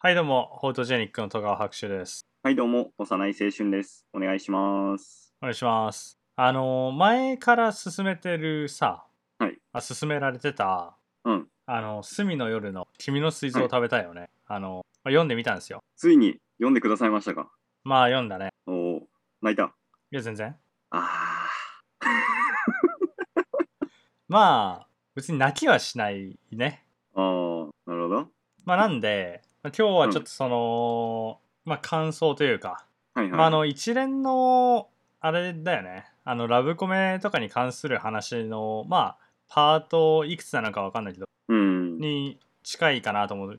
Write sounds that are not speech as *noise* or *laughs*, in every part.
はい、どうも、フォートジェニックの戸川博士です。はい、どうも、幼い青春です。お願いします。お願いします。あのー、前から進めてるさ、はいあ進められてた、うんあの、隅の夜の君の水蔵を食べたいよね。あの、まあ読んでみたんですよ。ついに読んでくださいましたかまあ、読んだね。おお、泣いた。いや、全然。あまあ、別に泣きはしないね。ー、あー、なるほど。まあ、なんで、まあ今日はちょっとその、まあ、感想というか、はいはい。まあ、あの、一連の、あれだよね。あの、ラブコメとかに関する話の、まあ、パートいくつなのかわかんないけど、うん。に近いかなと思う。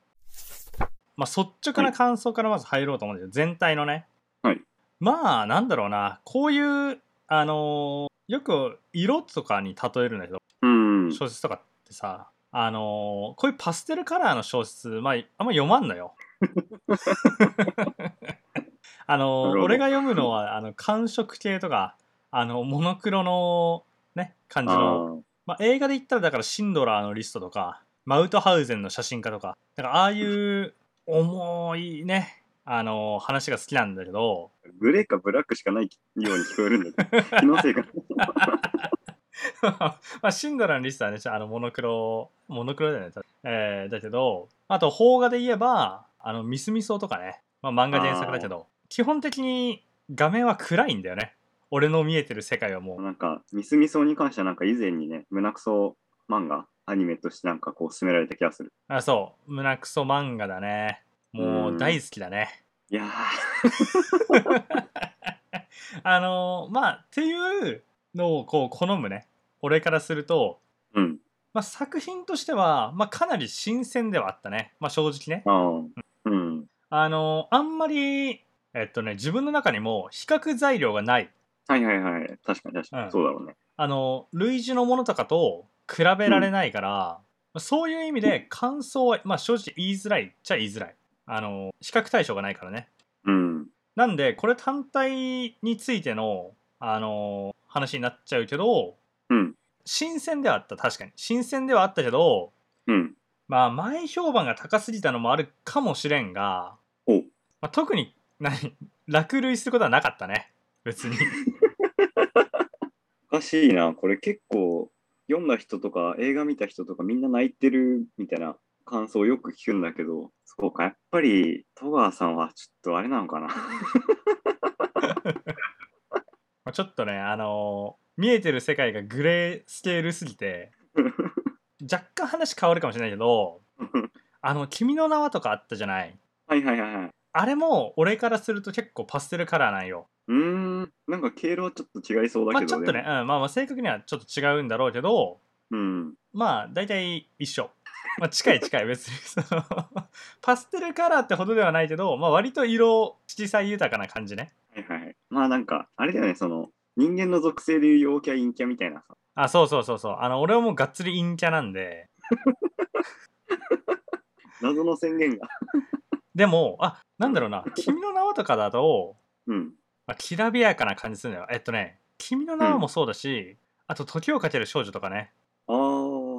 まあ、率直な感想からまず入ろうと思うんだけど、全体のね。はいまあ、なんだろうな、こういう、あのーよく色とかに例えるんだけど、うん。小説とかってさ、あのーこういうパステルカラーの小説、まあ、あんま読まんのよ。あなのーるほど俺が読むのは、あの、寒色系とか、あの、モノクロの、ね、感じのあまあ、映画で言ったらだからシンドラーのリストとかマウトハウゼンの写真家とかだからああいう重いねあのー話が好きなんだけど *laughs* ーグレーかブラックしかないように聞こえるんだけど、気のせいかな。まあシンドラーのリストはねちょあのモノクロモノクロだよね、えーだけどあと邦画で言えばあのミスミソとかね、まあ、漫画原作だけど基本的に画面は暗いんだよね俺の見えてる世界はもうなん *laughs* か、ミスミソに関してはなんか以前にね、胸クソ漫画、アニメとしてなんかこう進められた気がする。あそう胸クソ漫画だねもう大好きだね、いやー、あのーまあっていうのをこう好むね俺からすると、うん。まあ、作品としては、まあ、かなり新鮮ではあったね、まあ、正直ねあー、うん。あのーあんまりえっとね自分の中にも比較材料がないはいはいはい。確かに確かに。うんそうだろうね。あのー類似のものとかと比べられないから、まあそういう意味で感想は、まあ、正直言いづらいっちゃ言いづらいあのー比較対象がないからねうん。なんでこれ単体についての、あのー話になっちゃうけどうん。新鮮ではあった確かに新鮮ではあったけどうん。まあ前評判が高すぎたのもあるかもしれんが、おうまあ、特に何落類することはなかったね別に *laughs* おかしいな、これ結構読んだ人とか映画見た人とかみんな泣いてるみたいな感想をよく聞くんだけど、そうか、やっぱり戸川さんはちょっとあれなの *laughs* かな。まあちょっとねあのー見えてる世界がグレースケールすぎ *laughs* て若干話変わるかもしれないけどあの「君の名は」とかあったじゃないはいはいはいはい。うあれも俺からすると結構パステルカラーなんよーん、なんか経路はちょっと違いそうだまあけちど、ょっとね、うん、まあまあ正確にはちょっと違うんだろうけどでも。うん。まあ大体一緒、まあ、近い近い別に *laughs* そのパステルカラーってほどではないけど、まあ、割と色色彩豊かな感じねはいはいはい。まあなんか、あれだよね、その人間の属性でいう陽キャ陰キャみたいなさ。あそうそうそうそうあの俺はもうがっつり陰キャなんで謎の宣言が。 *laughs* でもあなんだろうな「君の名は」とかだと、うん。まあ、きらびやかな感じするんだよえっとね「君の名は」もそうだし、あと「時をかける少女」とかね、ああ。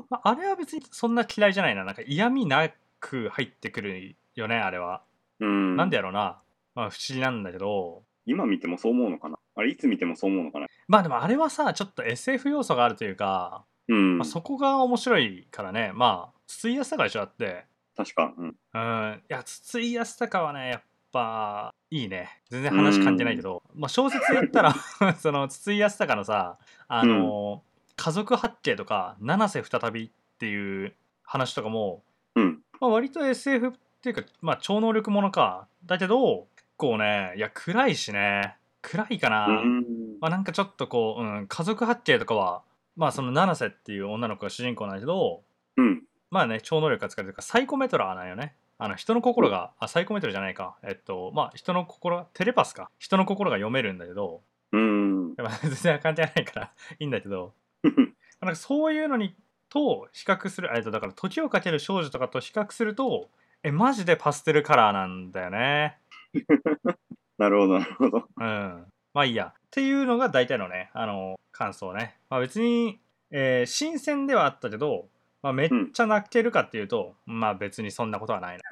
まあ、あれは別にそんな嫌いじゃないななんか嫌味なく入ってくるよねあれは、うん。なんでやろうな、まあ、不思議なんだけど今見てもそう思うのかな。あれ、いつ見てもそう思うのかな。まあでもあれはさちょっと SF 要素があるというか、うん。まあ、そこが面白いからねまあ筒井康隆でしょだって確か。ううん。んいや筒井康隆はねやっぱいいね全然話関係ないけど、まあ、小説で言ったら *laughs* その筒井康隆のさあの、家族発見とか「七瀬再び」っていう話とかも、うん。まあ、割と SF っていうか、まあ、超能力ものかだけど結構ねいや暗いしね暗いかな、うんまあ、なんかちょっとこう、うん、家族発見とかは、まあ、その七瀬っていう女の子が主人公なんだけどうん。まあね超能力が使えるというかサイコメトラーなんよねあの人の心があサイコメトラーじゃないかえっとまあ人の心テレパスか人の心が読めるんだけど *laughs* うん。やっぱ全然関係ないから *laughs* いいんだけどまあなんかそういうのにと比較するえっとだから時をかける少女とかと比較するとえマジでパステルカラーなんだよね *laughs* なるほど、なるほど。うん。まあいいや。っていうのが大体のね、あの、感想ね。まあ別に、えー新鮮ではあったけど、まあめっちゃ泣けるかっていうと、まあ別にそんなことはないな。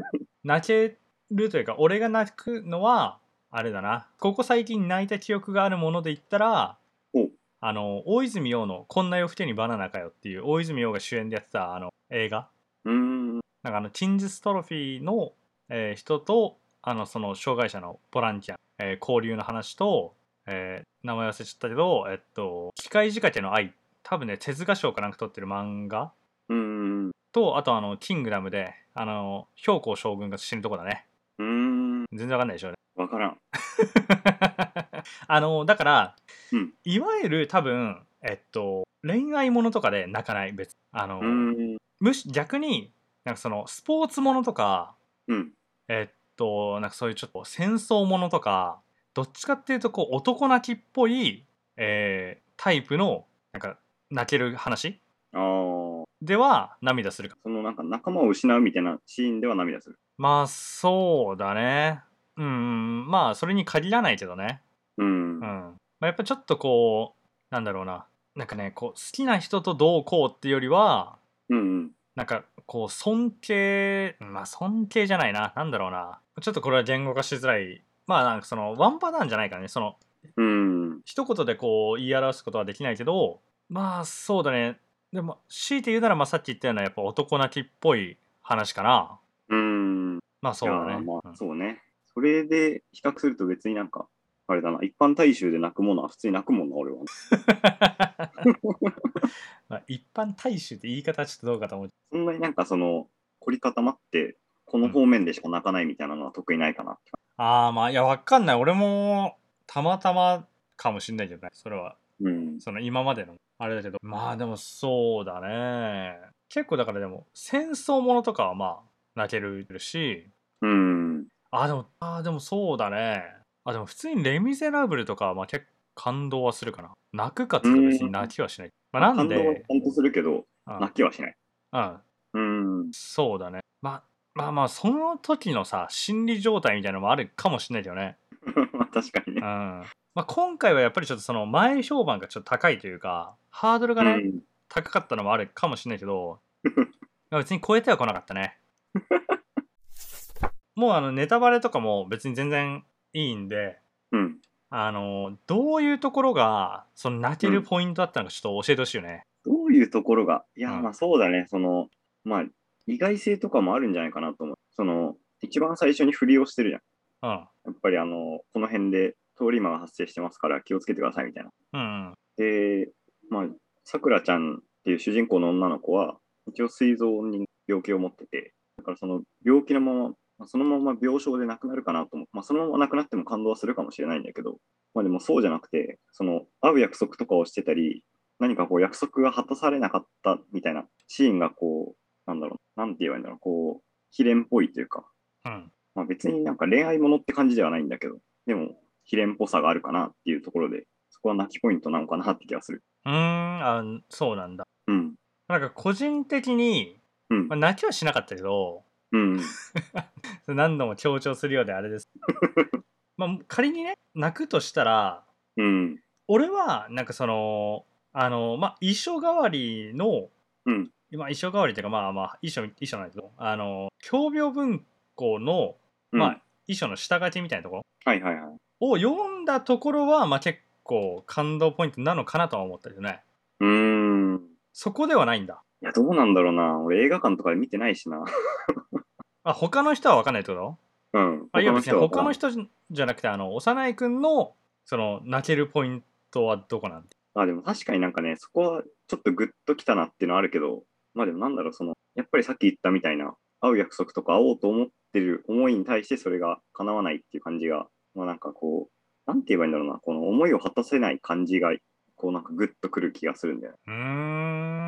泣けるというか俺が泣くのはあれだなここ最近泣いた記憶があるもので言ったらおあの大泉洋の「こんな夜更けにバナナかよ」っていう大泉洋が主演でやってたあの映画うーん。なんかあのチンジストロフィーの、えー人とあのその障害者のボランティア、えー交流の話と、えー名前忘れちゃったけど、えっと、機械仕掛けの愛多分ね手塚賞かなんか取ってる漫画うーん。うとあとあのキングダムであの標高将軍が死ぬとこだねーん。全然わかんないでしょうね *laughs* わからん。あのだから、うんいわゆる多分えっと恋愛ものとかで泣かない別にあの、うーん。むし逆になんかそのスポーツものとかうん。えっとなんかそういうちょっと戦争ものとかどっちかっていうとこう男泣きっぽい、えータイプのなんか泣ける話ああ。では涙するかそのなんか仲間を失うみたいなシーンでは涙する。まあそうだねうんまあそれに限らないけどねううん。ん、あまあ、やっぱちょっとこうなんだろうななんかねこう好きな人とどうこうっていうよりはうん。なんかこう尊敬まあ尊敬じゃないななんだろうなちょっとこれは言語化しづらいまあなんかそのワンパターンじゃないからねそのうん。一言でこう言い表すことはできないけどまあそうだねでも強いて言うならまあさっき言ったようなやっぱ男泣きっぽい話かなうん。まあそうだいやねーまうあ、んそうね。それで比較すると別になんか、あれだな、一般大衆で泣くものは普通に泣くもんな、俺は。 *laughs* まあ一般大衆って言い方はちょっとどうかと思うそんなになんかその、凝り固まって、この方面でしか泣かないみたいなのは得意ないかなってああまあいやわかんない俺もたまたまかもしんないけどねそれはうん。その今までのあれだけどまあでもそうだね結構だからでも戦争ものとかはまあ泣けるしうん。あでもあでもそうだねあでも普通に「レ・ミゼラブル」とかはまあ結構感動はするかな泣くかって言うと別に泣きはしない、まあ、なん感動はちで、ゃんとするけど、うん泣きはしない。うん、うん。そうだねまあまあまあその時のさ心理状態みたいなのもあるかもしれないけどね、まあ確かにうんね。まあ、今回はやっぱりちょっとその前評判がちょっと高いというかハードルうがね、ん、高かったのもあるかもしれないけどまあ別に超えてはこなかったねもうあのネタバレとかも別に全然いいんでうん。あのどういうところがその泣けるポイントだったのかちょっと教えてほしいよね、どういうところが、いや、うんまあそうだね、その、まあ、意外性とかもあるんじゃないかなと思う。その、一番最初に振りをしてるじゃん。うん、やっぱりあの、この辺で通り魔が発生してますから気をつけてくださいみたいな。うんうんで、まあ、さくらちゃんっていう主人公の女の子は、一応膵臓に病気を持ってて、だからその病気のまま、まあそのまま病床で亡くなるかなと思う。まあ、そのまま亡くなっても感動はするかもしれないんだけど、まあでもそうじゃなくて、その、会う約束とかをしてたり、何かこう約束が果たされなかったみたいなシーンがこう、なんだろう、なんて言えばいいんだろう、こう、悲恋っぽいというか、うんまあ、別になんか恋愛ものって感じではないんだけど、でも、悲恋っぽさがあるかなっていうところで、そこは泣きポイントなのかなって気がする。うーんあそうなんだうん。なんか個人的に、うんまあ、。泣きはしなかったけどうん。何度も強調するようであれですまあ仮にね泣くとしたらうん。俺はなんかそのあのまあ衣装代わりの、うんまあ、衣装代わりっていうかまあまあ衣装衣装なんだけどあの教病文庫のうんまあ衣装の下書きみたいなところはいはいはい。を読んだところはまあ結構感動ポイントなのかなとは思ったけどねうーん。そこではないんだいや、どうなんだろうな。俺映画館とかで見てないしな。 *laughs* あ他の人は分かんないってことうん。あいや別に他のは人じゃなくてあの幼い君のその泣けるポイントはどこなんてあ、でも確かになんかね、そこはちょっとグッときたなっていうのはあるけど、まあでもなんだろう、その、やっぱりさっき言ったみたいな、会う約束とか会おうと思ってる思いに対してそれが叶わないっていう感じが、まあなんかこう、なんて言えばいいんだろうな、この思いを果たせない感じが、こうなんかグッとくる気がするんだよね。うー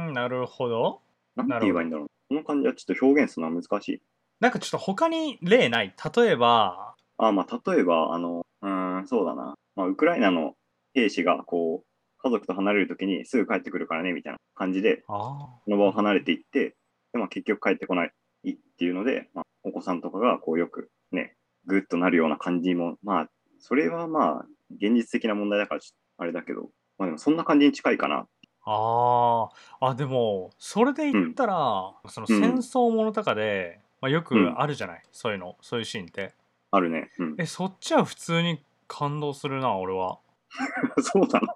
んなるほどなんて言えばいいんだろう。この感じはちょっと表現するのは難しい。なんかちょっと他に例ない例えばあまあ、例えば、あの、うーん、そうだな。まあ、ウクライナの兵士が、こう、家族と離れるときにすぐ帰ってくるからね、みたいな感じで、ああその場を離れていって、でも結局帰ってこないっていうので、まあ、お子さんとかが、こう、よくね、グッとなるような感じも、まあ、それはまあ、現実的な問題だから、ちょっとあれだけど、まあでも、そんな感じに近いかな。あーあでもそれで言ったら、その戦争ものとかで、まあ、よくあるじゃない、そういうのそういうシーンってあるね。うん、えそっちは普通に感動するな俺は *laughs* そうなの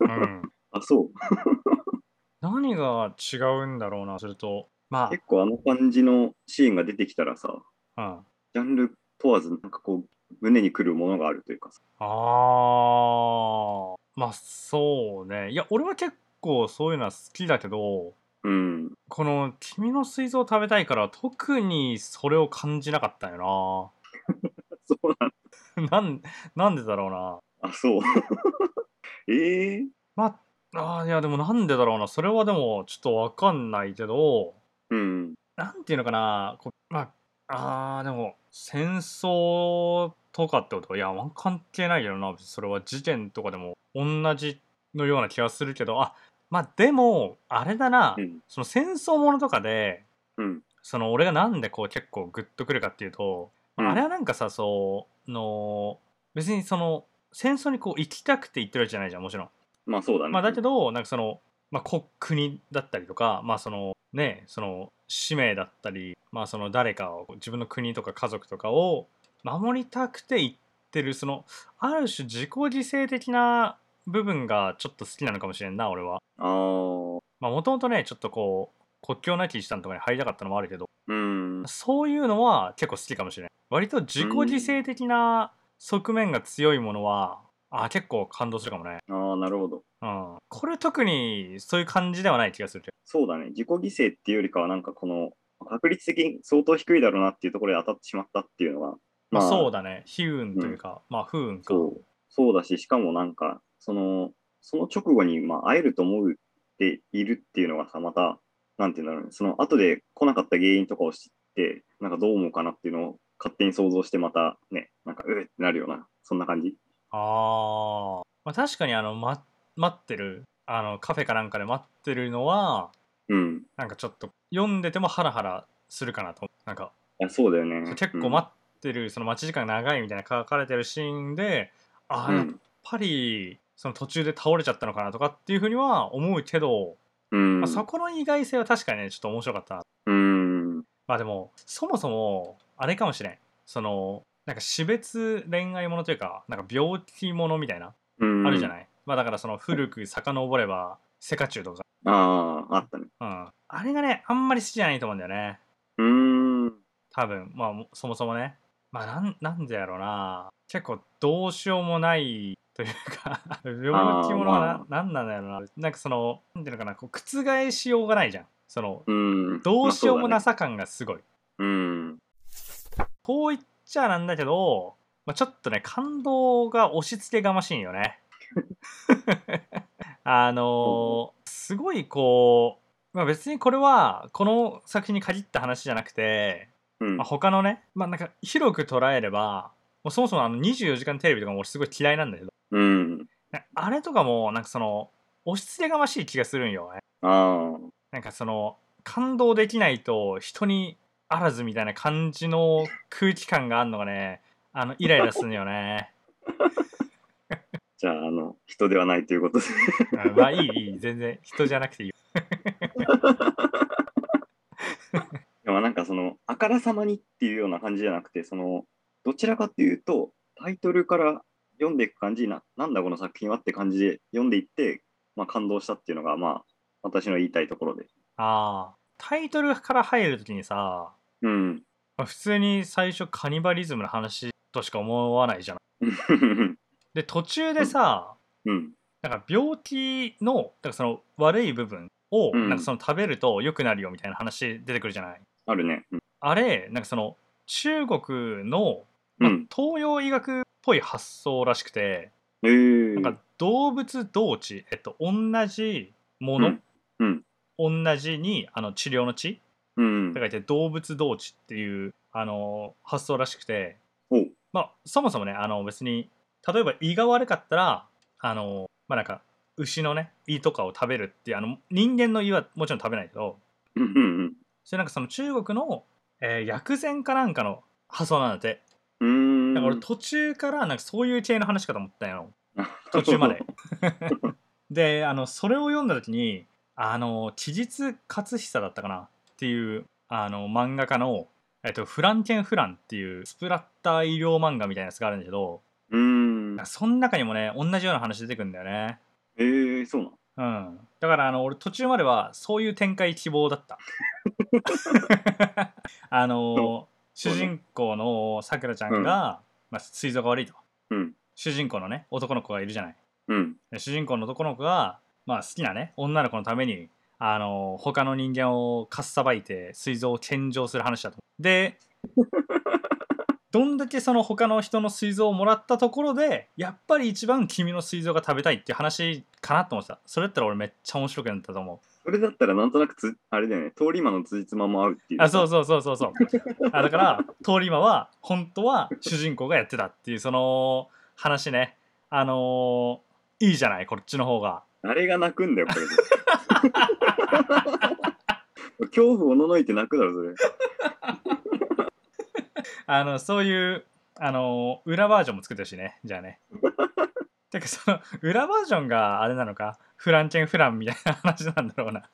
うんあ、そう。何が違うんだろうなするとま結構あの感じのシーンが出てきたらさ、あ、うん、ジャンル問わず、なんかこう、胸にくるものがあるというかさ。あーまあそうねいや俺は結構そういうのは好きだけどうん。この「君の膵臓を食べたい」から特にそれを感じなかったよそうなな *laughs* のなんなんでだろうなあ、そう。 *laughs* ええまああーいやでもなんでだろうなそれはでもちょっとわかんないけどうん。なんていうのかなこうまああーでも戦争とかってこといや、まあ、関係ないけどな別にそれは事件とかでも同じのような気がするけどあまあでもあれだな、うん。その戦争ものとかでうん。その俺がなんでこう結構グッとくるかっていうと、まあうんあれはなんかさそうの別にその戦争にこう行きたくて行ってるわけじゃないじゃんもちろん。まあそうだね。まあ、だけど、どなんかその、まあ、こ国だったりとか、まあそのね、その使命だったり、まあ、その誰かを自分の国とか家族とかを守りたくて言ってるそのある種自己犠牲的な部分がちょっと好きなのかもしれんな俺は。ああ、もともとねちょっとこう国境なき医師団とかに入りたかったのもあるけどうん。そういうのは結構好きかもしれない割と自己犠牲的な側面が強いものは、あ結構感動するかもね。ああ、なるほど。うんこれ特にそういう感じではない気がするけそうだね。自己犠牲っていうよりかは、なんかこの、確率的に相当低いだろうなっていうところで当たってしまったっていうのが、ど、まあ、そうだだ。ね悲運というか、まあ不運かそう。そうだし、しかもなんか、その、その直後に、まあ、会えると思っているっていうのがさ、また、なんていうんだろうね。その後で来なかった原因とかを知って、なんかどう思うかなっていうのを勝手に想像して、またね、なんか、うーってなるような、そんな感じ。あー、まあ確かにあの、ま、待ってるあのカフェかなんかで待ってるのはうん。なんかちょっと読んでてもハラハラするかなと思うなんかいや、そうだよね。結構待ってる、その待ち時間が長いみたいな書かれてるシーンであうーやっん。ぱりその途中で倒れちゃったのかなとかっていうふうには思うけど、うん。まあ、そこの意外性は確かにねちょっと面白かったなうん。まあでもそもそもあれかもしれんそのなんか死別恋愛ものというかなんか病気ものみたいなうん。あるじゃい。ない、まあだからその古く遡ればセカチュウとか、ああ、あったね。うん、あれがねあんまり好きじゃないと思うんだよねうーん。多分まあもそもそもねまあなんなんでやろうな結構どうしようもないというか *laughs* 病気ものあはーななんなんだろうななんかそのなんていうのかなこう覆しようがないじゃんそのうん。どうしようもまあなさ感がすごいそうだねうん。こう言っちゃなんだけど、まあ、ちょっとね感動が押し付けがましいんよね。 *laughs* あのーすごいこう、まあ、別にこれはこの作品に限った話じゃなくて、うんまあ、。他のね、まあ、なんか広く捉えればもうそもそもあの24時間テレビとかも俺すごい嫌いなんだけどうん。なあれとかもなんかその押し付けがましい気がするんよね。ああ。なんかその感動できないと人にあらずみたいな感じの空気感があるのがねあのイライラするよ *laughs* ねじゃあ、あの、人ではないということで。うんまあいいいい全然人じゃなくていいよでもなんかその、あからさまにっていうような感じじゃなくて、その、どちらかというと、タイトルから読んでいく感じな、なんだこの作品はって感じで読んでいって、まあ感動したっていうのが、まあ、私の言いたいところで。ああタイトルから入る時にさうん。まあ普通に最初カニバリズムの話としか思わないじゃないで途中でさ *laughs* うん。なんか病気のなんかその悪い部分をうんなんかその食べると良くなるよみたいな話出てくるじゃないあるね。うんあれなんかその中国のうん。東洋医学っぽい発想らしくてええなんか動物同地、えっと、同じもうのん、うん同じにあの治療の地うんと。書いて動物同地っていうあの発想らしくて、おう。まあ、そもそもねあの別に例えば胃が悪かったらあの、まあ、なんか牛のね胃とかを食べるっていうあの人間の胃はもちろん食べないけどうんうんそれなんかその中国の、えー薬膳かなんかの発想なんだってうん。うーん。だから俺途中からなんかそういう系の話かと思ったんやろ途中 *laughs* まで。であのそれを読んだ時にあの地実勝久だったかなっていうあの漫画家のえっと、フランケン・フランっていうスプラッター医療漫画みたいなやつがあるんだけど、うーん。その中にもね、同じような話出てくるんだよね。えー、そうなのうん。だから、あの、俺途中まではそういう展開希望だった。 *laughs* あの、そ主うね人公のさくらちゃんが、まあ、膵臓が悪いと。うん。主人公のね、男の子がいるじゃない。うん。で主人公の男の子が、まあ、好きなね女の子のためにあの他の人間をかっさばいて膵臓を献上する話だと。でどんだけその他の人の膵臓をもらったところでやっぱり一番君の膵臓が食べたいっていう話かなと思ってたそれだったら俺めっちゃ面白くなったと思それだったらなんとなくつ、あれだよね、通り魔のつじつまも合うっていうう。あそうそうそうそうそうあだから通り魔は本当は主人公がやってたっていうその話ねあのいいじゃないこっちの方があれが泣くんだよ、これで。 *laughs* 恐怖おののいて泣くだろ、それ。あのそういうあの裏バージョンも作ってほしいねじゃあ *laughs* ね。てかその裏バージョンがあれなのかフランチェン・フランみたいな話なんだろうな。ね。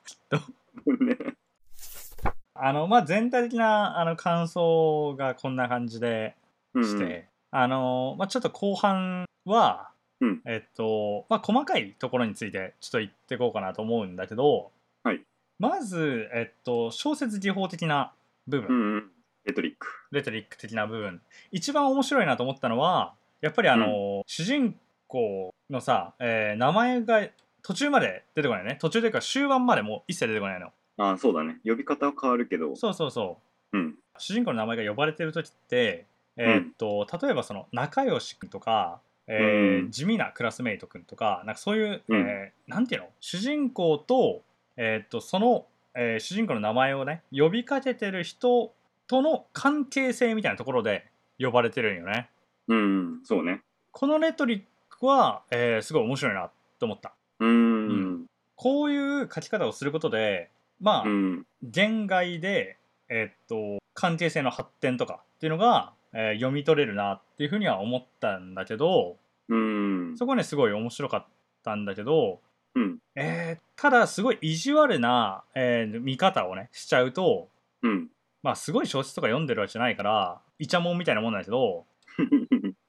あのまあ全体的なあの感想がこんな感じでうんうんして、あのまあ、ちょっと後半は、うんえっとまあ、細かいところについてちょっと言っていこうかなと思うんだけど、はいまず、えっと、小説技法的な部分、うんうん。レトリック。レトリック的な部分一番面白いなと思ったのはやっぱりあの、主人公のさ、えー名前が途中まで出てこないね途中というか終盤までもう一切出てこないのああ、そうだね。呼び方は変わるけど。そうそうそううん。主人公の名前が呼ばれてる時ってえーっと、例えばその仲良し君とか、えーうん地味なクラスメイト君とかなんかそういう、うんえーなんていうの主人公と,、えーっとその、えー主人公の名前をね呼びかけてる人との関係性みたいなところで呼ばれてるんよね。うんうん、そうね。このレトリックは、えーすごい面白いなと思った。うーん。こういう書き方をすることで、まあ、うん。言外で、えーっと、関係性の発展とかっていうのが、えー読み取れるなっていうふうには思ったんだけど、うん。そこはね、すごい面白かったんだけど、うん。えーただ、すごい意地悪な、えー見方をね、しちゃうと、うん。 *laughs* まあ、すごい小説とか読んでるわけじゃないから、イチャモンみたいなもんなんだけど、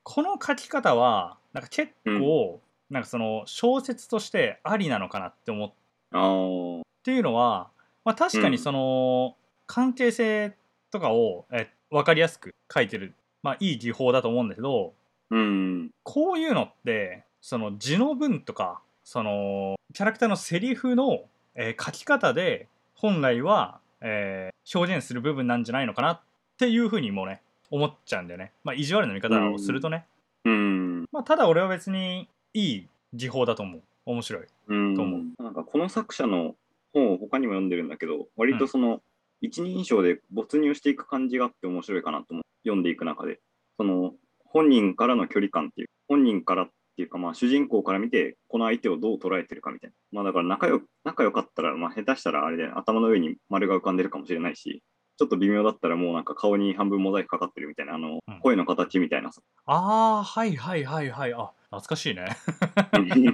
この書き方はなんか結構、なんかその小説としてありなのかなって思っああ。ていうのは、まあ、確かにその、関係性とかをえ分かりやすく書いてる、まあ、いい技法だと思うんだけどうん。こういうのってその字の文とかそのキャラクターのセリフの、えー書き方で本来は、えー表現する部分なんじゃないのかなっていうふうにもね思っちゃうんだよね。まあ、意地悪な見方をするとね、うん。まあ、ただ俺は別にいい技法だと思う。面白い。うんと思なんかこの作者の本を他にも読んでるんだけど割とその一人称で没入していく感じがあって面白いかなと思う読んでいく中でその本人からの距離感っていう本人からっていうかまあ主人公から見てこの相手をどう捉えてるかみたいなまあだから仲良仲良かったらまあ下手したらあれで頭の上に丸が浮かんでるかもしれないしちょっと微妙だったらもうなんか顔に半分モザイクかかってるみたいなあのうん声の形みた *laughs* いなさ、ああ、はいはいはいはい。あ、懐かしいね。で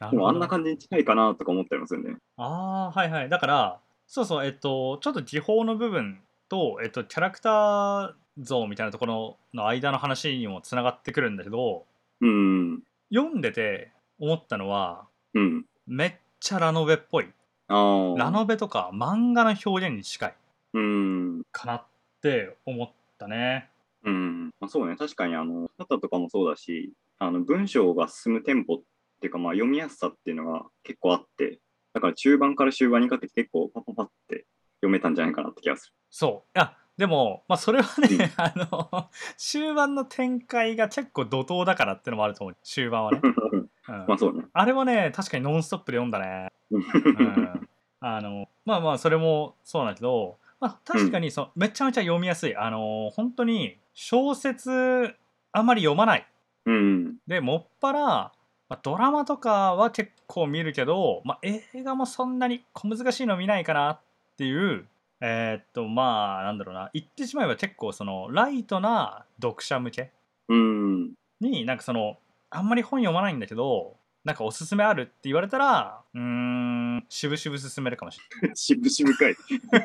なもあんなじ。感じに近いかなとか思ったりもするんでねああ、はいはい。だから、そうそう、えっと、ちょっと技法の部分と、えっと、キャラクター像みたいなところの間の話にもつながってくるんだけど、うん読んでて思ったのは、うんめっちゃラノベっぽい。ああ。ラノベとか漫画の表現に近いうん。かなって思ったね。うん。まあ、そうね。確かに、あの、肩とかもそうだし、あの、文章が進むテンポっていうか、まあ、読みやすさっていうのが結構あって、だから中盤から終盤にかけて結構パパパって読めたんじゃないかなって気がすそう。あでも、まあ、それはね、 *laughs* あの、終盤の展開が結構怒涛だからってのもあると思う。終盤はね。 *laughs* る。うんまあ、そうね。あれはね、確かにノンストップで読んだね。うん、あの、まあまあ、それもそうなんだけど、まあ、確かにその、めちゃめちゃ読みやすい。あの、本当に、小説、あんまり読まない。うん。で、もっぱら、まあドラマとかは結構見るけど、まあ、映画もそんなに小難しいの見ないかなっていう、えーっと、まあ、なんだろうな、言ってしまえば結構その、ライトな読者向けうん。に、なんかその、あんまり本読まないんだけど、なんかおすすめあるって言われたら、うーん、しぶしぶ進めるかもししぶしぶかい。れ *laughs* ない。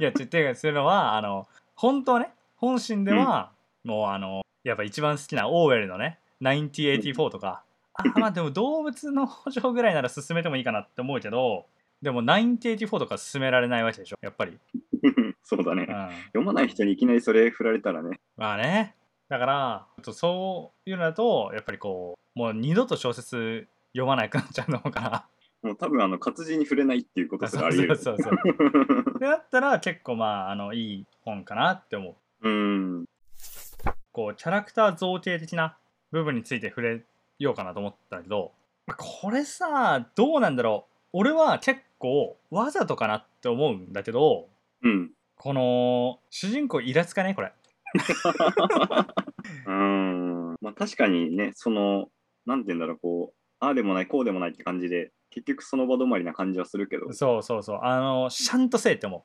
いや、ちっていうか、そういうのは、あの、本当はね、本心では、もうあの、やっぱ一番好きなオーウェルのね、1984とか、 *laughs* あ、まあでも動物の補助ぐらいなら進めてもいいかなって思うけど、でも1984とか進められないわけでしょ、やっぱり。 *laughs* そうだねう。ん。読まない人にいきなりそれ振られたらね。まあね。だから、ちょっとそういうのだと、やっぱりこう、もう二度と小説読まないくなっちゃうのか *laughs* な。もう多分あの活字に触れないっていうことすそうらありそ得うる。そうそう。でだったら結構まあ、あの、いい本かなって思う。うん。こう、キャラクター造形的な部分について触れようかなと思ったけど、まあこれさ、どうなんだろう。俺は結構わざとかなって思うんだけど、うん。この、主人公イラつかねこれ。うん。まあ確かにね、その、なんて言うんだろう、こう、ああでもない、こうでもないって感じで、結局その場止まりな感じはするけど、そうそうそう。あの、シャンとせえって思う。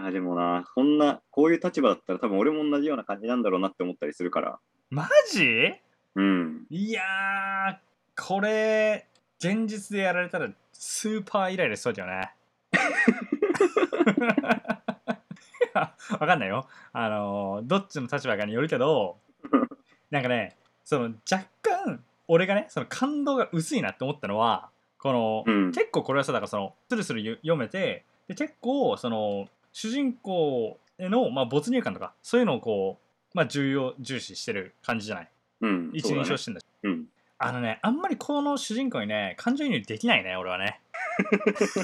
いやでもな、こんな、こういう立場だったら多分俺も同じような感じなんだろうなって思ったりするから。マジうん。いやーこれ現実でやられたらスーパーイライラしそうだよね。いやわかんないよ。あのーどっちの立場かによるけどなんかねその若干俺がねその感動が薄いなって思ったのはこの、うん。結構これはさだからそのスルスル読めてで結構その主人公への、まあ、没入感とかそういうのをこう、まあ、重要重視してる感じじゃないうん。一そ人うだ称ね視点だしうん。あのねあんまりこの主人公にね感情移入できないね俺はね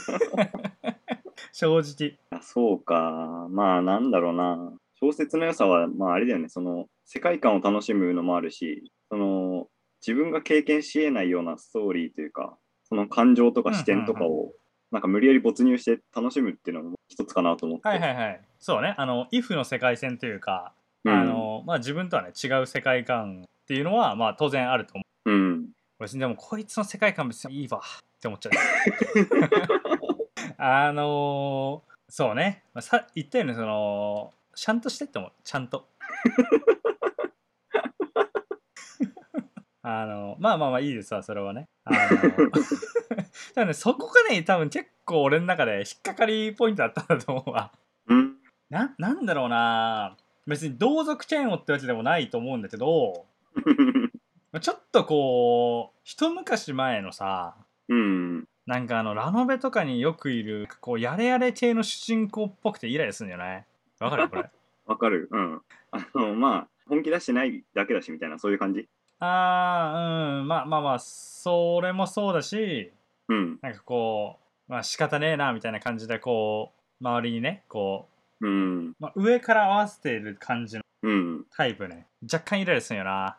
*laughs* 正直あそうか。まあ、なんだろうな。小説の良さは、まあ、あれだよね。その、世界観を楽しむのもあるし、その、自分が経験し得ないようなストーリーというか、その感情とか視点とかうんを、なんか無理やり没入して楽しむっていうのも一つかなと思って。はいはいはいそうねあの「if」の世界線というか、うん、あのまあ、自分とはね違う世界観っていうのは、まあ、当然あると思ううん。別にでもこいつの世界観別にいいわって思っちゃうあのーそうね、まあ、さ言ったようにそのちゃんとしてって思うちゃんとあのまあまあまあいいですわそれはねあの *laughs* ただねそこがね多分結構俺の中で引っかかりポイントだったんだと思うわうん。ななんだろうな別に同族嫌悪ってわけでもないと思うんだけどまあちょっとこう一昔前のさうん。なんかあのラノベとかによくいるこうやれやれ系の主人公っぽくてイライラするんじゃないわかるこれわかる。うん。あの、まあ、本気出してないだけだし、みたいな、そういう感じ。あーうんまあまあまあそれもそうだしうん。なんかこうまあ仕方ねえなみたいな感じでこう周りにねこうん。う、まあ、上から合わせてる感じのうん。タイプね若干イライラするんよな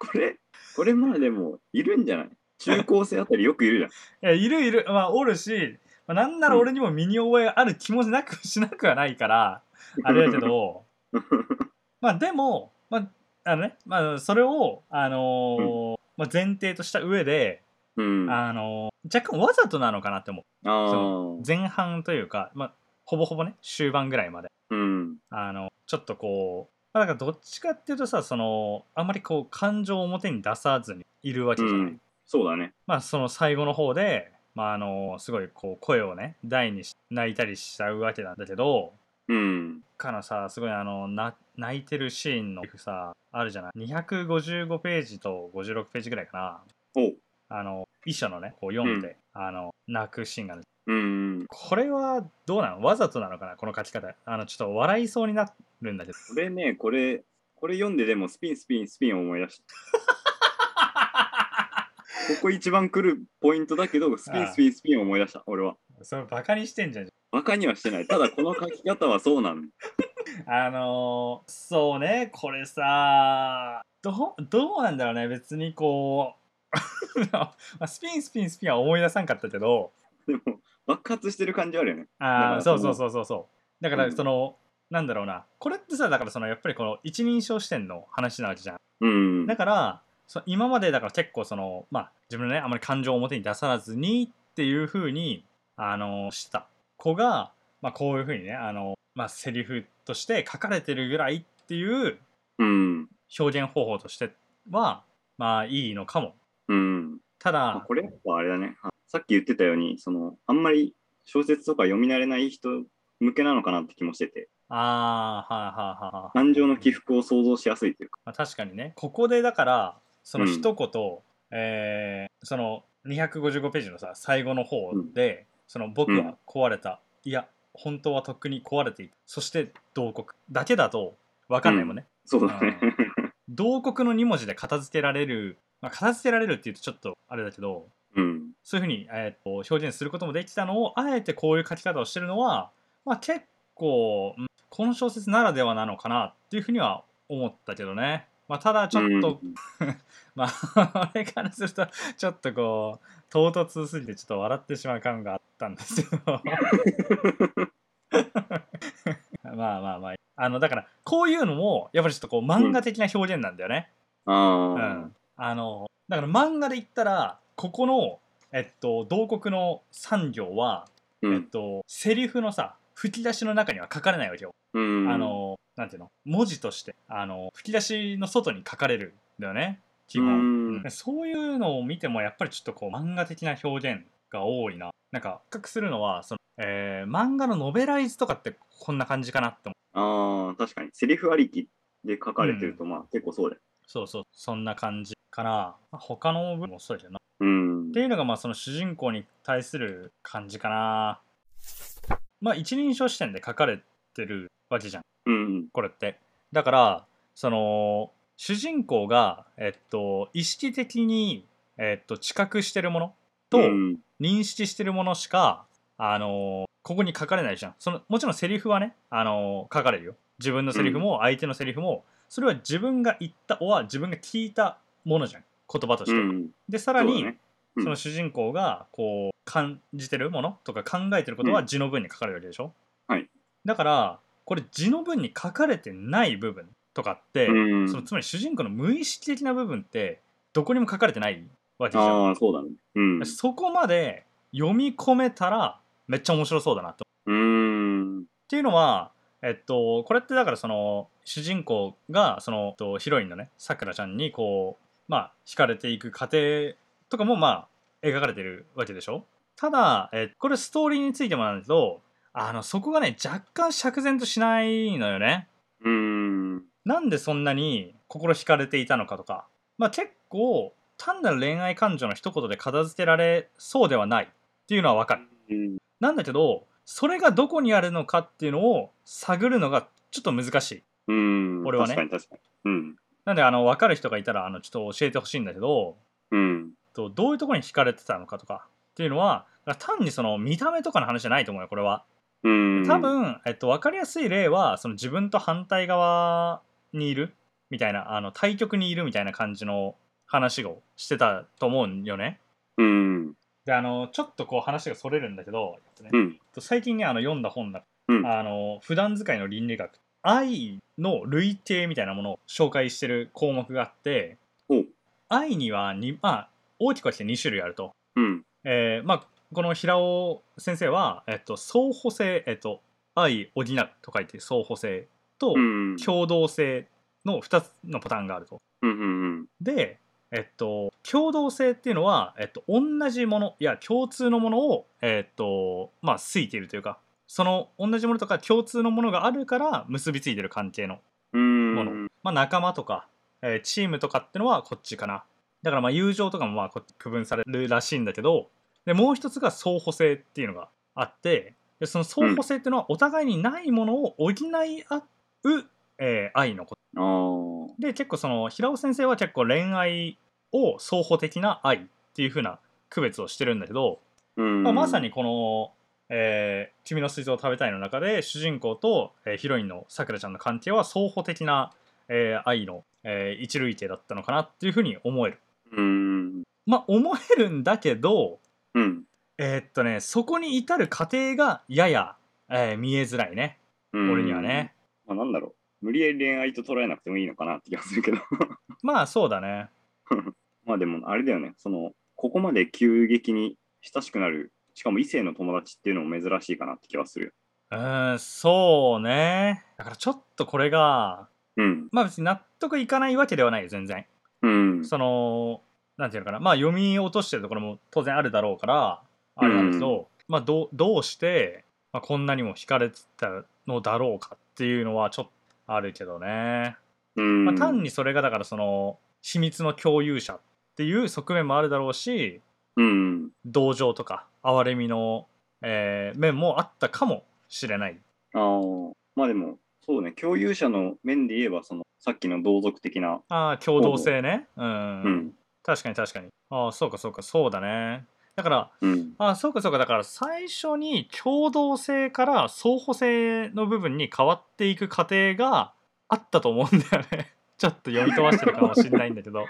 これ、これまあでも、いるんじゃない中高生あたりよくいるじゃん。いやいるいるまあおるし、まあ、なんなら俺にも身に覚えある気もしなくしなくはない *laughs* からあれだけどまあでもまああのね、まあ、それを、あのーまあ、前提とした上で、うん。ああのー若干わざとなのかなって思うあー。前半というか、まあ、ほぼほぼね終盤ぐらいまでうん。あのちょっとこう、まあ、だからどっちかっていうとさそのあんまりこう感情を表に出さずにいるわけじゃない、うんそうだね。まあ、その最後の方で、まあ、あのすごいこう声をね大にし泣いたりしちゃうわけなんだけどうん。からさすごいあのな泣いてるシーンのさあるじゃない255ページと56ページぐらいかおう。なあの遺書のねこう読んで、あの泣くシーンがあるうん。これはどうなのわざとなのかなこの書き方あのちょっと笑いそうになるんだけどこれね、これ、これ読んででもスピンスピンスピンを思い出 *laughs* しここ一番来るポイントだけど、スピンスピンスピンを思い出した、俺は。それバカにしてんじゃんバカにはしてない。ただこの書き方はそうなんあのーそうねこれさどうどうなんだろうね別にこう *laughs* まあスピンスピンスピンは思い出さんかったけどでも、爆発してる感じあるよね。あーだかそらうそうそうそうそうだかうらんその、なんだろうなこれってさだからそのやっぱりこの一人称視点の話なわけじゃんうん。だからそ今までだから結構そのまあ自分のねあまり感情を表に出さずにっていう風にあのしてた子が、まあ、こういう風にねあの、まあ、セリフとして書かれてるぐらいっていううん。表現方法としてはまあいいのかも。うん。たまあだ、これやっぱあれだね。あさっき言ってたように、その、あんまり小説とか読み慣れない人向けなのかなって気もしてて、ああ、はいはいはいはい。感情の起伏を想像しやすいというか。まあ、確かにねここでだからその一言、えーその255ページのさ最後の方で、その僕は壊れた、いや本当はとっくに壊れていたそして同国だけだと分かんないもんね、そうだね。同国の2文字で片付けられる、まあ、片付けられるっていうとちょっとあれだけど *laughs* うん。そういうふうに、えーと表現することもできたのをあえてこういう書き方をしてるのは、まあ、結構うんこの小説ならではなのかなっていうふうには思ったけどね、まあ、ただちょっと、うんまあ、 *laughs* あれからすると、ちょっとこう、唐突すぎて、ちょっと笑ってしまう感があったん *laughs* ですけど。まあまあまあ。あの、だから、こういうのも、やっぱりちょっとこう、漫画的な表現なんだよね。うん。ああの、だから漫画で言ったら、ここの、えっと、同国の産業は、あ。うえっん。と、セリフのさ、吹き出しの中には書かれないわけよ。うん。あ、の、なんていうの文字として、あの、吹き出しの外に書かれるんだよね、基う本ん。うんそういうのを見ても、やっぱりちょっとこう、漫画的な表現が多いな。なんか、比較するのは、その、えー漫画のノベライズとかってこんな感じかなって思う。ああ、確かに。セリフありきで書かれてると、まあ結構そうだよ。そうそう、そんな感じかな。まあ他の部分もそうだけどな。っうんて。いうのが、まあ、その主人公に対する感じかな。まあ、一人称視点で書かれてるわけじゃん。うん。これってだからその主人公が、えっと、意識的に、えっと、知覚してるものとうん認識してるものしか、あのここに書かれないじゃんそのもちろんセリフはね、あの書かれるよ自分のセリフも相手のセリフも、それは自分が言ったおは自分が聞いたものじゃん言葉としうて、ん。でさらにそうそ,、だねうんの主人公がこう感じてるものとか考えてることうはん字の文に書かれるわけでしょ、はいだからこれ字の文に書かれてない部分とかって、うんそのつまり主人公の無意識的な部分ってどこにも書かれてないわけじゃん、ああ、そうだね。うん。うそこまで読み込めたらめっちゃ面白そうだなと。っーん。ていうのはえっとこれってだからその主人公がそのえっとヒロインのねさくらちゃんにこうまあ惹かれていく過程とかもまあ描かれてるわけでしょただえこれストーリーについてもなんだけどあのそこがね若干釈然としないのよね。うーん。なんでそんなに心惹かれていたのかとか、まあ、結構単なる恋愛感情の一言で片付けられそうではないっていうのはわかるうんなんだけどそれがどこにあるのかっていうのを探るのがちょっと難しいうん。俺はね確かに確かに。うん。なんであの分かる人がいたらあのちょっと教えてほしいんだけどうん。とどういうところに惹かれてたのかとかっていうのはだから単にその見た目とかの話じゃないと思うよこれはうん。多分、えっと、分かりやすい例はその自分と反対側にいるみたいなあの対極にいるみたいな感じの話をしてたと思うんよね。うん。であのちょっとこう話がそれるんだけど、えっとねうん。えっと最近ねあの読んだ本だうん。あの普段使いの倫理学愛の類型みたいなものを紹介してる項目があっておう。愛にはに、まあ、大きく分けて2種類あると。うん。えーまあ、この平尾先生は、えっと、相補性、えっと、愛補うと書いて相補性とうん。共同性の2つのパターンがあると。うん。うん。で、えっと、共同性っていうのは、えっと、同じものいや共通のものを、えっとまあ、好いているというかその同じものとか共通のものがあるから結びついてる関係のうん。もの、まあ、仲間とか、えーチームとかってのはこっちかなだからまあ友情とかもまあこっち区分されるらしいんだけどでもう一つが相補性っていうのがあってでその相補性っていうのはお互いにないものを補い合う、えー愛のことああ。で結構その平尾先生は結構恋愛を相補的な愛っていう風な区別をしてるんだけど、うん。まあ、まさに。この、えー君の水臓を食べたい」の中で主人公と、えーヒロインのさくらちゃんの関係は双方的な、えー愛の、えー一類型だったのかなっていうふうに思える。うん。まあ思えるんだけどうん。えーっとねそこに至る過程がやや、えー見えづらいねうん俺にはね。。まあなんだろう。無理やり恋愛と捉えなくてもいいのかなって気がするけど。 *laughs* まあそうだね。まあでもあれだよね、そのここまで急激に親しくなる、しかも異性の友達っていうのも珍しいかなって気はするよ。うーんそうねだからちょっとこれがうん、まあ別に納得いかないわけではないよ全然うん。そのなんていうのかなまあ読み落としてるところも当然あるだろうからあれなんですけど、まあどうどうして、まあ、こんなにも惹かれてたのだろうかっていうのはちょっとあるけどね、うん。まあ、単にそれがだからその秘密の共有者っていう側面もあるだろうしうん。同情とか憐れみの、えー面もあったかもしれない。ああ。まあでも、そうね、共有者の面で言えば、その、さっきの同族的な、ああ共同性ねうん、うん。確かに確かにああそうかそうかそうだねだからうん。あそうかそうかだから最初に共同性から相補性の部分に変わっていく過程があったと思うんだよね *laughs* ちょっと読み飛ばしてるかもしれないんだけど、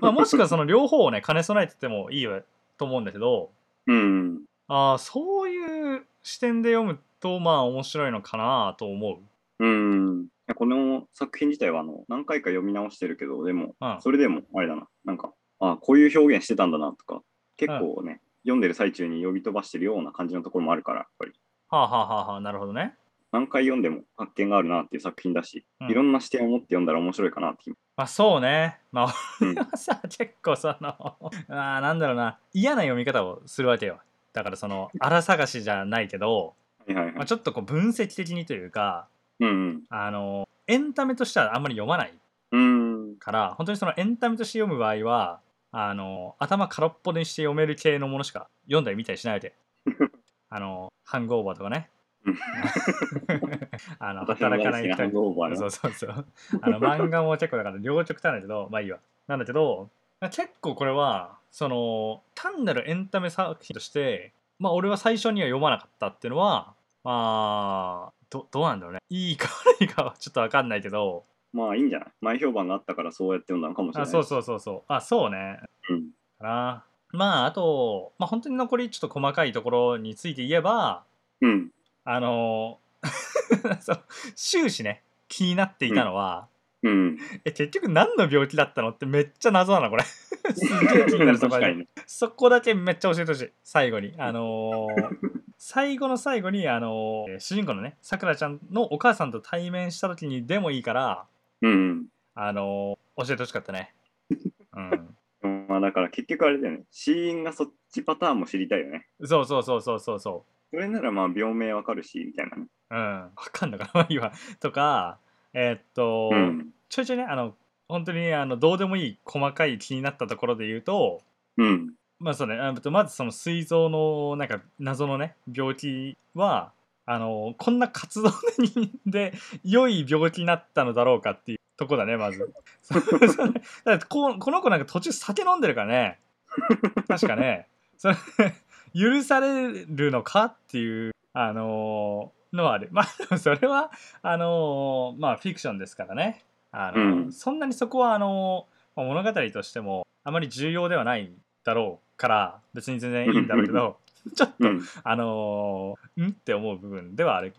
まあ、もしくはその両方をね兼ね備えててもいいわと思うんだけどうん。あーそういう視点で読むとまあ面白いのかなと思う。うん。いやこの作品自体は、あの、何回か読み直してるけど、でも、うん、それでも、あれだな、なんか、あこういう表現してたんだなとか、結構ね、読んでる最中に読み飛ばしてるような感じのところもあるから、やっぱり、はあはあはあはあなるほどね。何回読んでも発見があるなっていう作品だし、うんいろんな視点を持って読んだら面白いかなって。まあそうね。まあうん *laughs* 俺はさ、結構その、 *laughs* あーなんだろうな、嫌な読み方をするわけよ。だからその、荒探しじゃないけど、はいはいまはあ、い。ちょっとこう分析的にというか、うんあの、エンタメとしてはあんまり読まないうん。うん。から、本当にそのエンタメとして読む場合は、あの、頭空っぽにして読める系のものしか読んだり見たりしないわ *laughs* け。あの、ハングオーバーとかねうん。 *laughs* あの、私の働かな大い好きなハ人ンにグオーバーそのうそうそう。 *laughs* あの漫画も結構だから両極端だけど、まあいいわ。なんだけど、結構これは、その、単なるエンタメ作品として、まあ俺は最初には読まなかったっていうのは、まあ、どどうなんだろうね。いいか悪いかはちょっとわかんないけど、まあいいんじゃない前評判があったからそうやって読んだのかもしれあない。そうそうそうそう。あ、そうね。うん。かな。まああと、まあ本当に残りちょっと細かいところについて言えば、うん。あの、 *laughs* そう終始ね、気になっていたのは、うん。え結局何の病気だったのってめっちゃ謎なのこ *laughs* れすっげえ気になるとこ確ろかでにね。そこだけめっちゃ教えてほしい最後にあのー最後の最後にあのー主人公のねさくらちゃんのお母さんと対面した時にでもいいからうん。あのー教えてほしかったねうんまあだから結局あれだよね。死因がそっちパターンも知りたいよね。そうそうそうそうそうそそれならまあ病名わかるし、みたいなね。ううんわかんなかな今とかえーっと、うん。ちょいちょいねあの本当にあのどうでもいい細かい気になったところで言うとうん。まあそうね、あとまずその膵臓のなんか謎のね病気はあのこんな活動の人で良い病気になったのだろうかっていうとこだねまず *laughs* そうそうねだってここの子なんか途中酒飲んでるからね確かねそれ許されるのかっていうあののはあるまあでもそれはあのまあフィクションですからねあの、うんそんなにそこはあのまあ物語としてもあまり重要ではないだろうから別に全然いいんだろうけどちょっと、うん。あのーんって思う部分ではある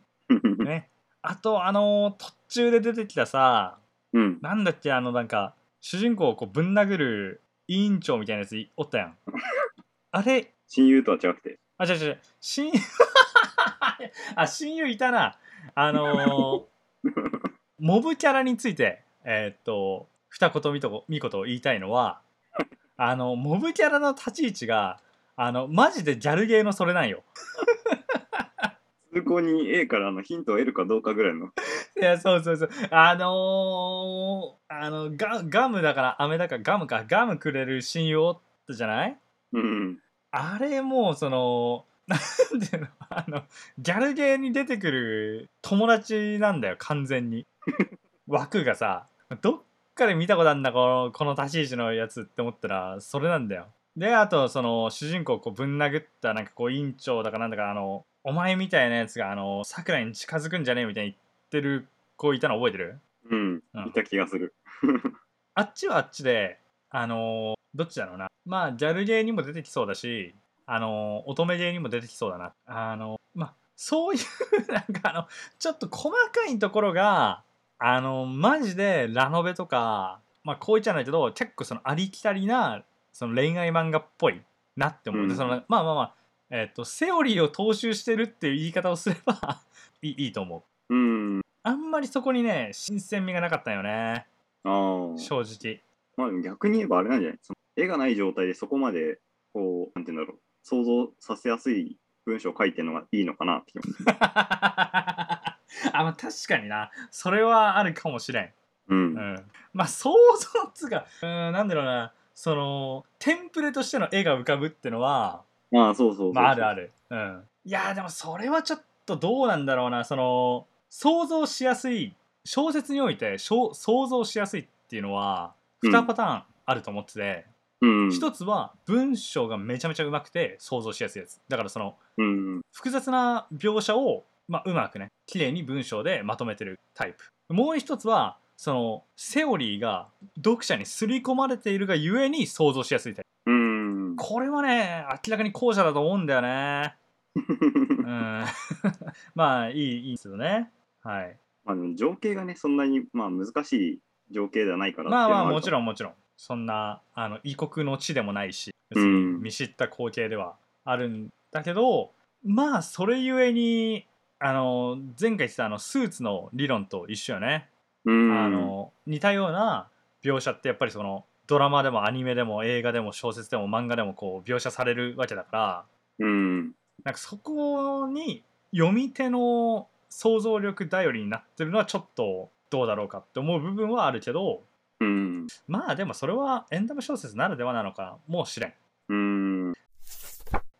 ねあとあのー途中で出てきたさうん。なんだっけあのなんか主人公をこうぶん殴る委員長みたいなやついおったや *laughs* んあれ親友とは違くて。あ違う違う親 *laughs* あ親友いたなあのーモブキャラについてえーっと二言みとみこと言いたいのはあのモブキャラの立ち位置があのマジでギャルゲーのそれなんよ通行に A からのヒントを得るかどうかぐらいの。いやそうそうそうあのー、あのガガムだから飴だからガムかガムくれる親友おったじゃないうん。あれもうそのなんていうのあのギャルゲーに出てくる友達なんだよ完全に枠がさどっかで見たことあるんだこのこの立ち位置のやつって思ったらそれなんだよであとその主人公をこうぶん殴ったなんかこう院長だかなんだかあのお前みたいなやつがあの桜に近づくんじゃねえみたいに言ってる子いたの覚えてるうんうん。いた気がする。あっちはあっちで、あのーどっちだろうな。まあ、ギャルゲーにも出てきそうだし、あのー乙女ゲーにも出てきそうだな。あのまあ、そういう、なんかあの、ちょっと細かいところが、あのマジでラノベとか、まあ、こう言っちゃうんだけど、結構そのありきたりな、その恋愛漫画っぽいなって思う。でうんそのまあまあまあ、えっ、と、セオリーを踏襲してるっていう言い方をすればいいいいと思う。うん。あんまりそこにね、新鮮味がなかったよね、ああ。正直。まあでも逆に言えばあれなんじゃないその絵がない状態でそこまで、こう、なんて言うんだろう、想像させやすい文章を書いてるのがいいのかなって気も。 *laughs* あ、まあ、確かにな。それはあるかもしれん。うん。うん。まあ、想像っつうか、うん、なんだろうな。その、テンプレとしての絵が浮かぶってのは、まあそうそうそうそう。まあ、あるある。る。うん。いやーでもそれはちょっとどうなんだろうな。その、想像しやすい、小説においてしょ想像しやすいっていうのは、うん2パターンあると思ってて、うん。 1つは文章がめちゃめちゃうまくて想像しやすいやつ。だからその、うん。複雑な描写を、まあ、うまくね綺麗に文章でまとめてるタイプもう一つはそのセオリーが読者に刷り込まれているがゆえに想像しやすいタイうん。プこれはね明らかに後者だと思うんだよねうん *laughs* まあいいいいですよねはい *laughs* まあでも情景がね、そんなに、まあ、難しい情景ではないからまあまあもちろん。んもちろんそんなあの異国の地でもないし別うにん見知った光景ではあるんだけど、まあそれゆえにあの前回言ってたあのスーツの理論と一緒よね、うん。あの似たような描写ってやっぱりそのドラマでもアニメでも映画でも小説でも漫画でもこう描写されるわけだからうん。なんかそこに読み手の想像力頼りになってるのはちょっとどうだろうかって思う部分はあるけどうん。まあでもそれはエンタメ小説ならではなのかもしれん。うん。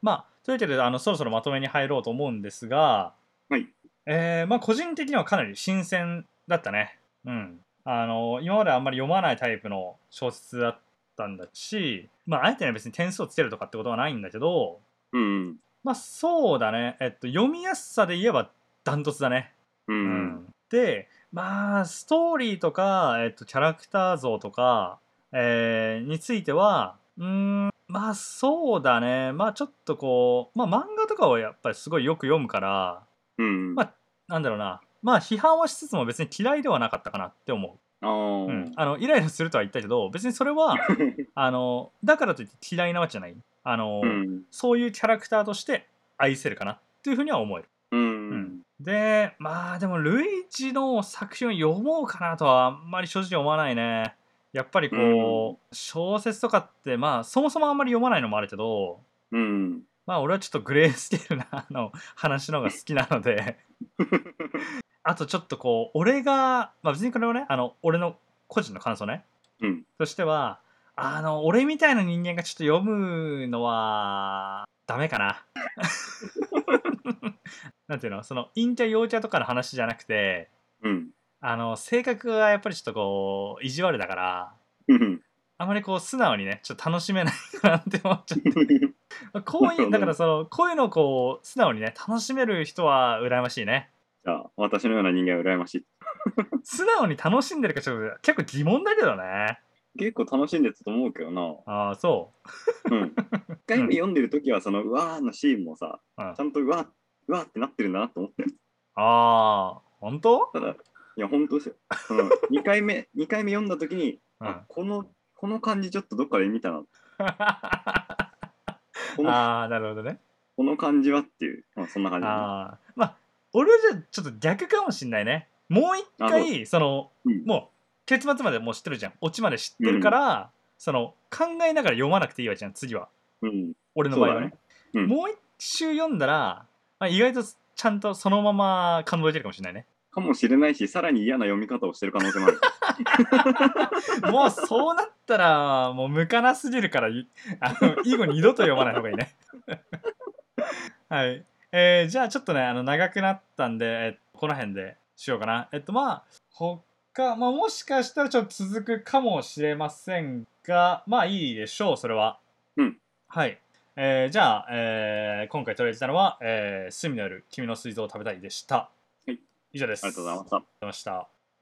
まあというわけであのそろそろまとめに入ろうと思うんですが、はいえーまあ個人的にはかなり新鮮だったね。うん。あの今まであんまり読まないタイプの小説だったんだし、まああえてね別に点数をつけるとかってことはないんだけど、うん。まあそうだね。えっと読みやすさで言えばダントツだね。う。うんでまあストーリーとか、えっと、キャラクター像とか、えーについてはうーんまあそうだねまあちょっとこう、まあ、漫画とかをやっぱりすごいよく読むからうん。まなんだろうなまあ批判はしつつも別に嫌いではなかったかなって思あう、うんー、あのイライラするとは言ったけど別にそれはあのだからといって嫌いなわけじゃないあの、うん。そういうキャラクターとして愛せるかなっていうふうには思える。うん。でまあでもルイージの作品を読もうかなとはあんまり正直思わないねやっぱりこう、小説とかってまあそもそもあんまり読まないのもあるけどうん。まあ俺はちょっとグレースケールなあの話の方が好きなの *laughs* であとちょっとこう俺がまあ別にこれはねあの俺の個人の感想ねうん。としてはあの俺みたいな人間がちょっと読むのはダメかな。 *laughs* なんていうのその陰キャ陽キャとかの話じゃなくてうん。あの性格がやっぱりちょっとこう意地悪だからうん。あまりこう素直にねちょっと楽しめないかなって思っちゃってこうなるいほうどだからそのこういうのをこう素直にね楽しめる人は羨ましいねじゃあ、私のような人間は羨ましい。素直に楽しんでるかちょっと結構疑問だけどね結構楽しんでたと思うけどな。ああそうん。一回目読んでる時は、その、うわーのシーンもさ、う、うん、ちゃんとうわー、うわーってなってるんだなと思って。ああ本当、ただ、いや、本当ですよ。その、2回目、2回目読んだ時に、うあん、この、この感じちょっとどっかで見たな。あこの、あーなるほどねこの感じはっていう、まあ、そんな感じだね。ああまあ俺じゃちょっと逆かもしんないねもう一回その、うんもう結末までもう知ってるじゃんオチまで知ってるから、その考えながら読まなくていいわけじゃん次はうん。俺の場合はそうだねねうんもう一周読んだら、まあ、意外とちゃんとそのまま感動できるかもしれないねかもしれないし、さらに嫌な読み方をしてる可能性もある。もうそうなったらもう向かなすぎるからい *laughs* あの以後二度と読まない方がいいね *laughs* はい、えーじゃあちょっとねあの長くなったんで、えっとこの辺でしようかなえっとまあ他、まあ、もしかしたらちょっと続くかもしれませんがまあいいでしょうそれはうんはい、えーじゃあ、えー今回取り上げたのは「えー、隅の夜君の水臓を食べたい」でした、はい以上ですありがとうございました。ありがとうございました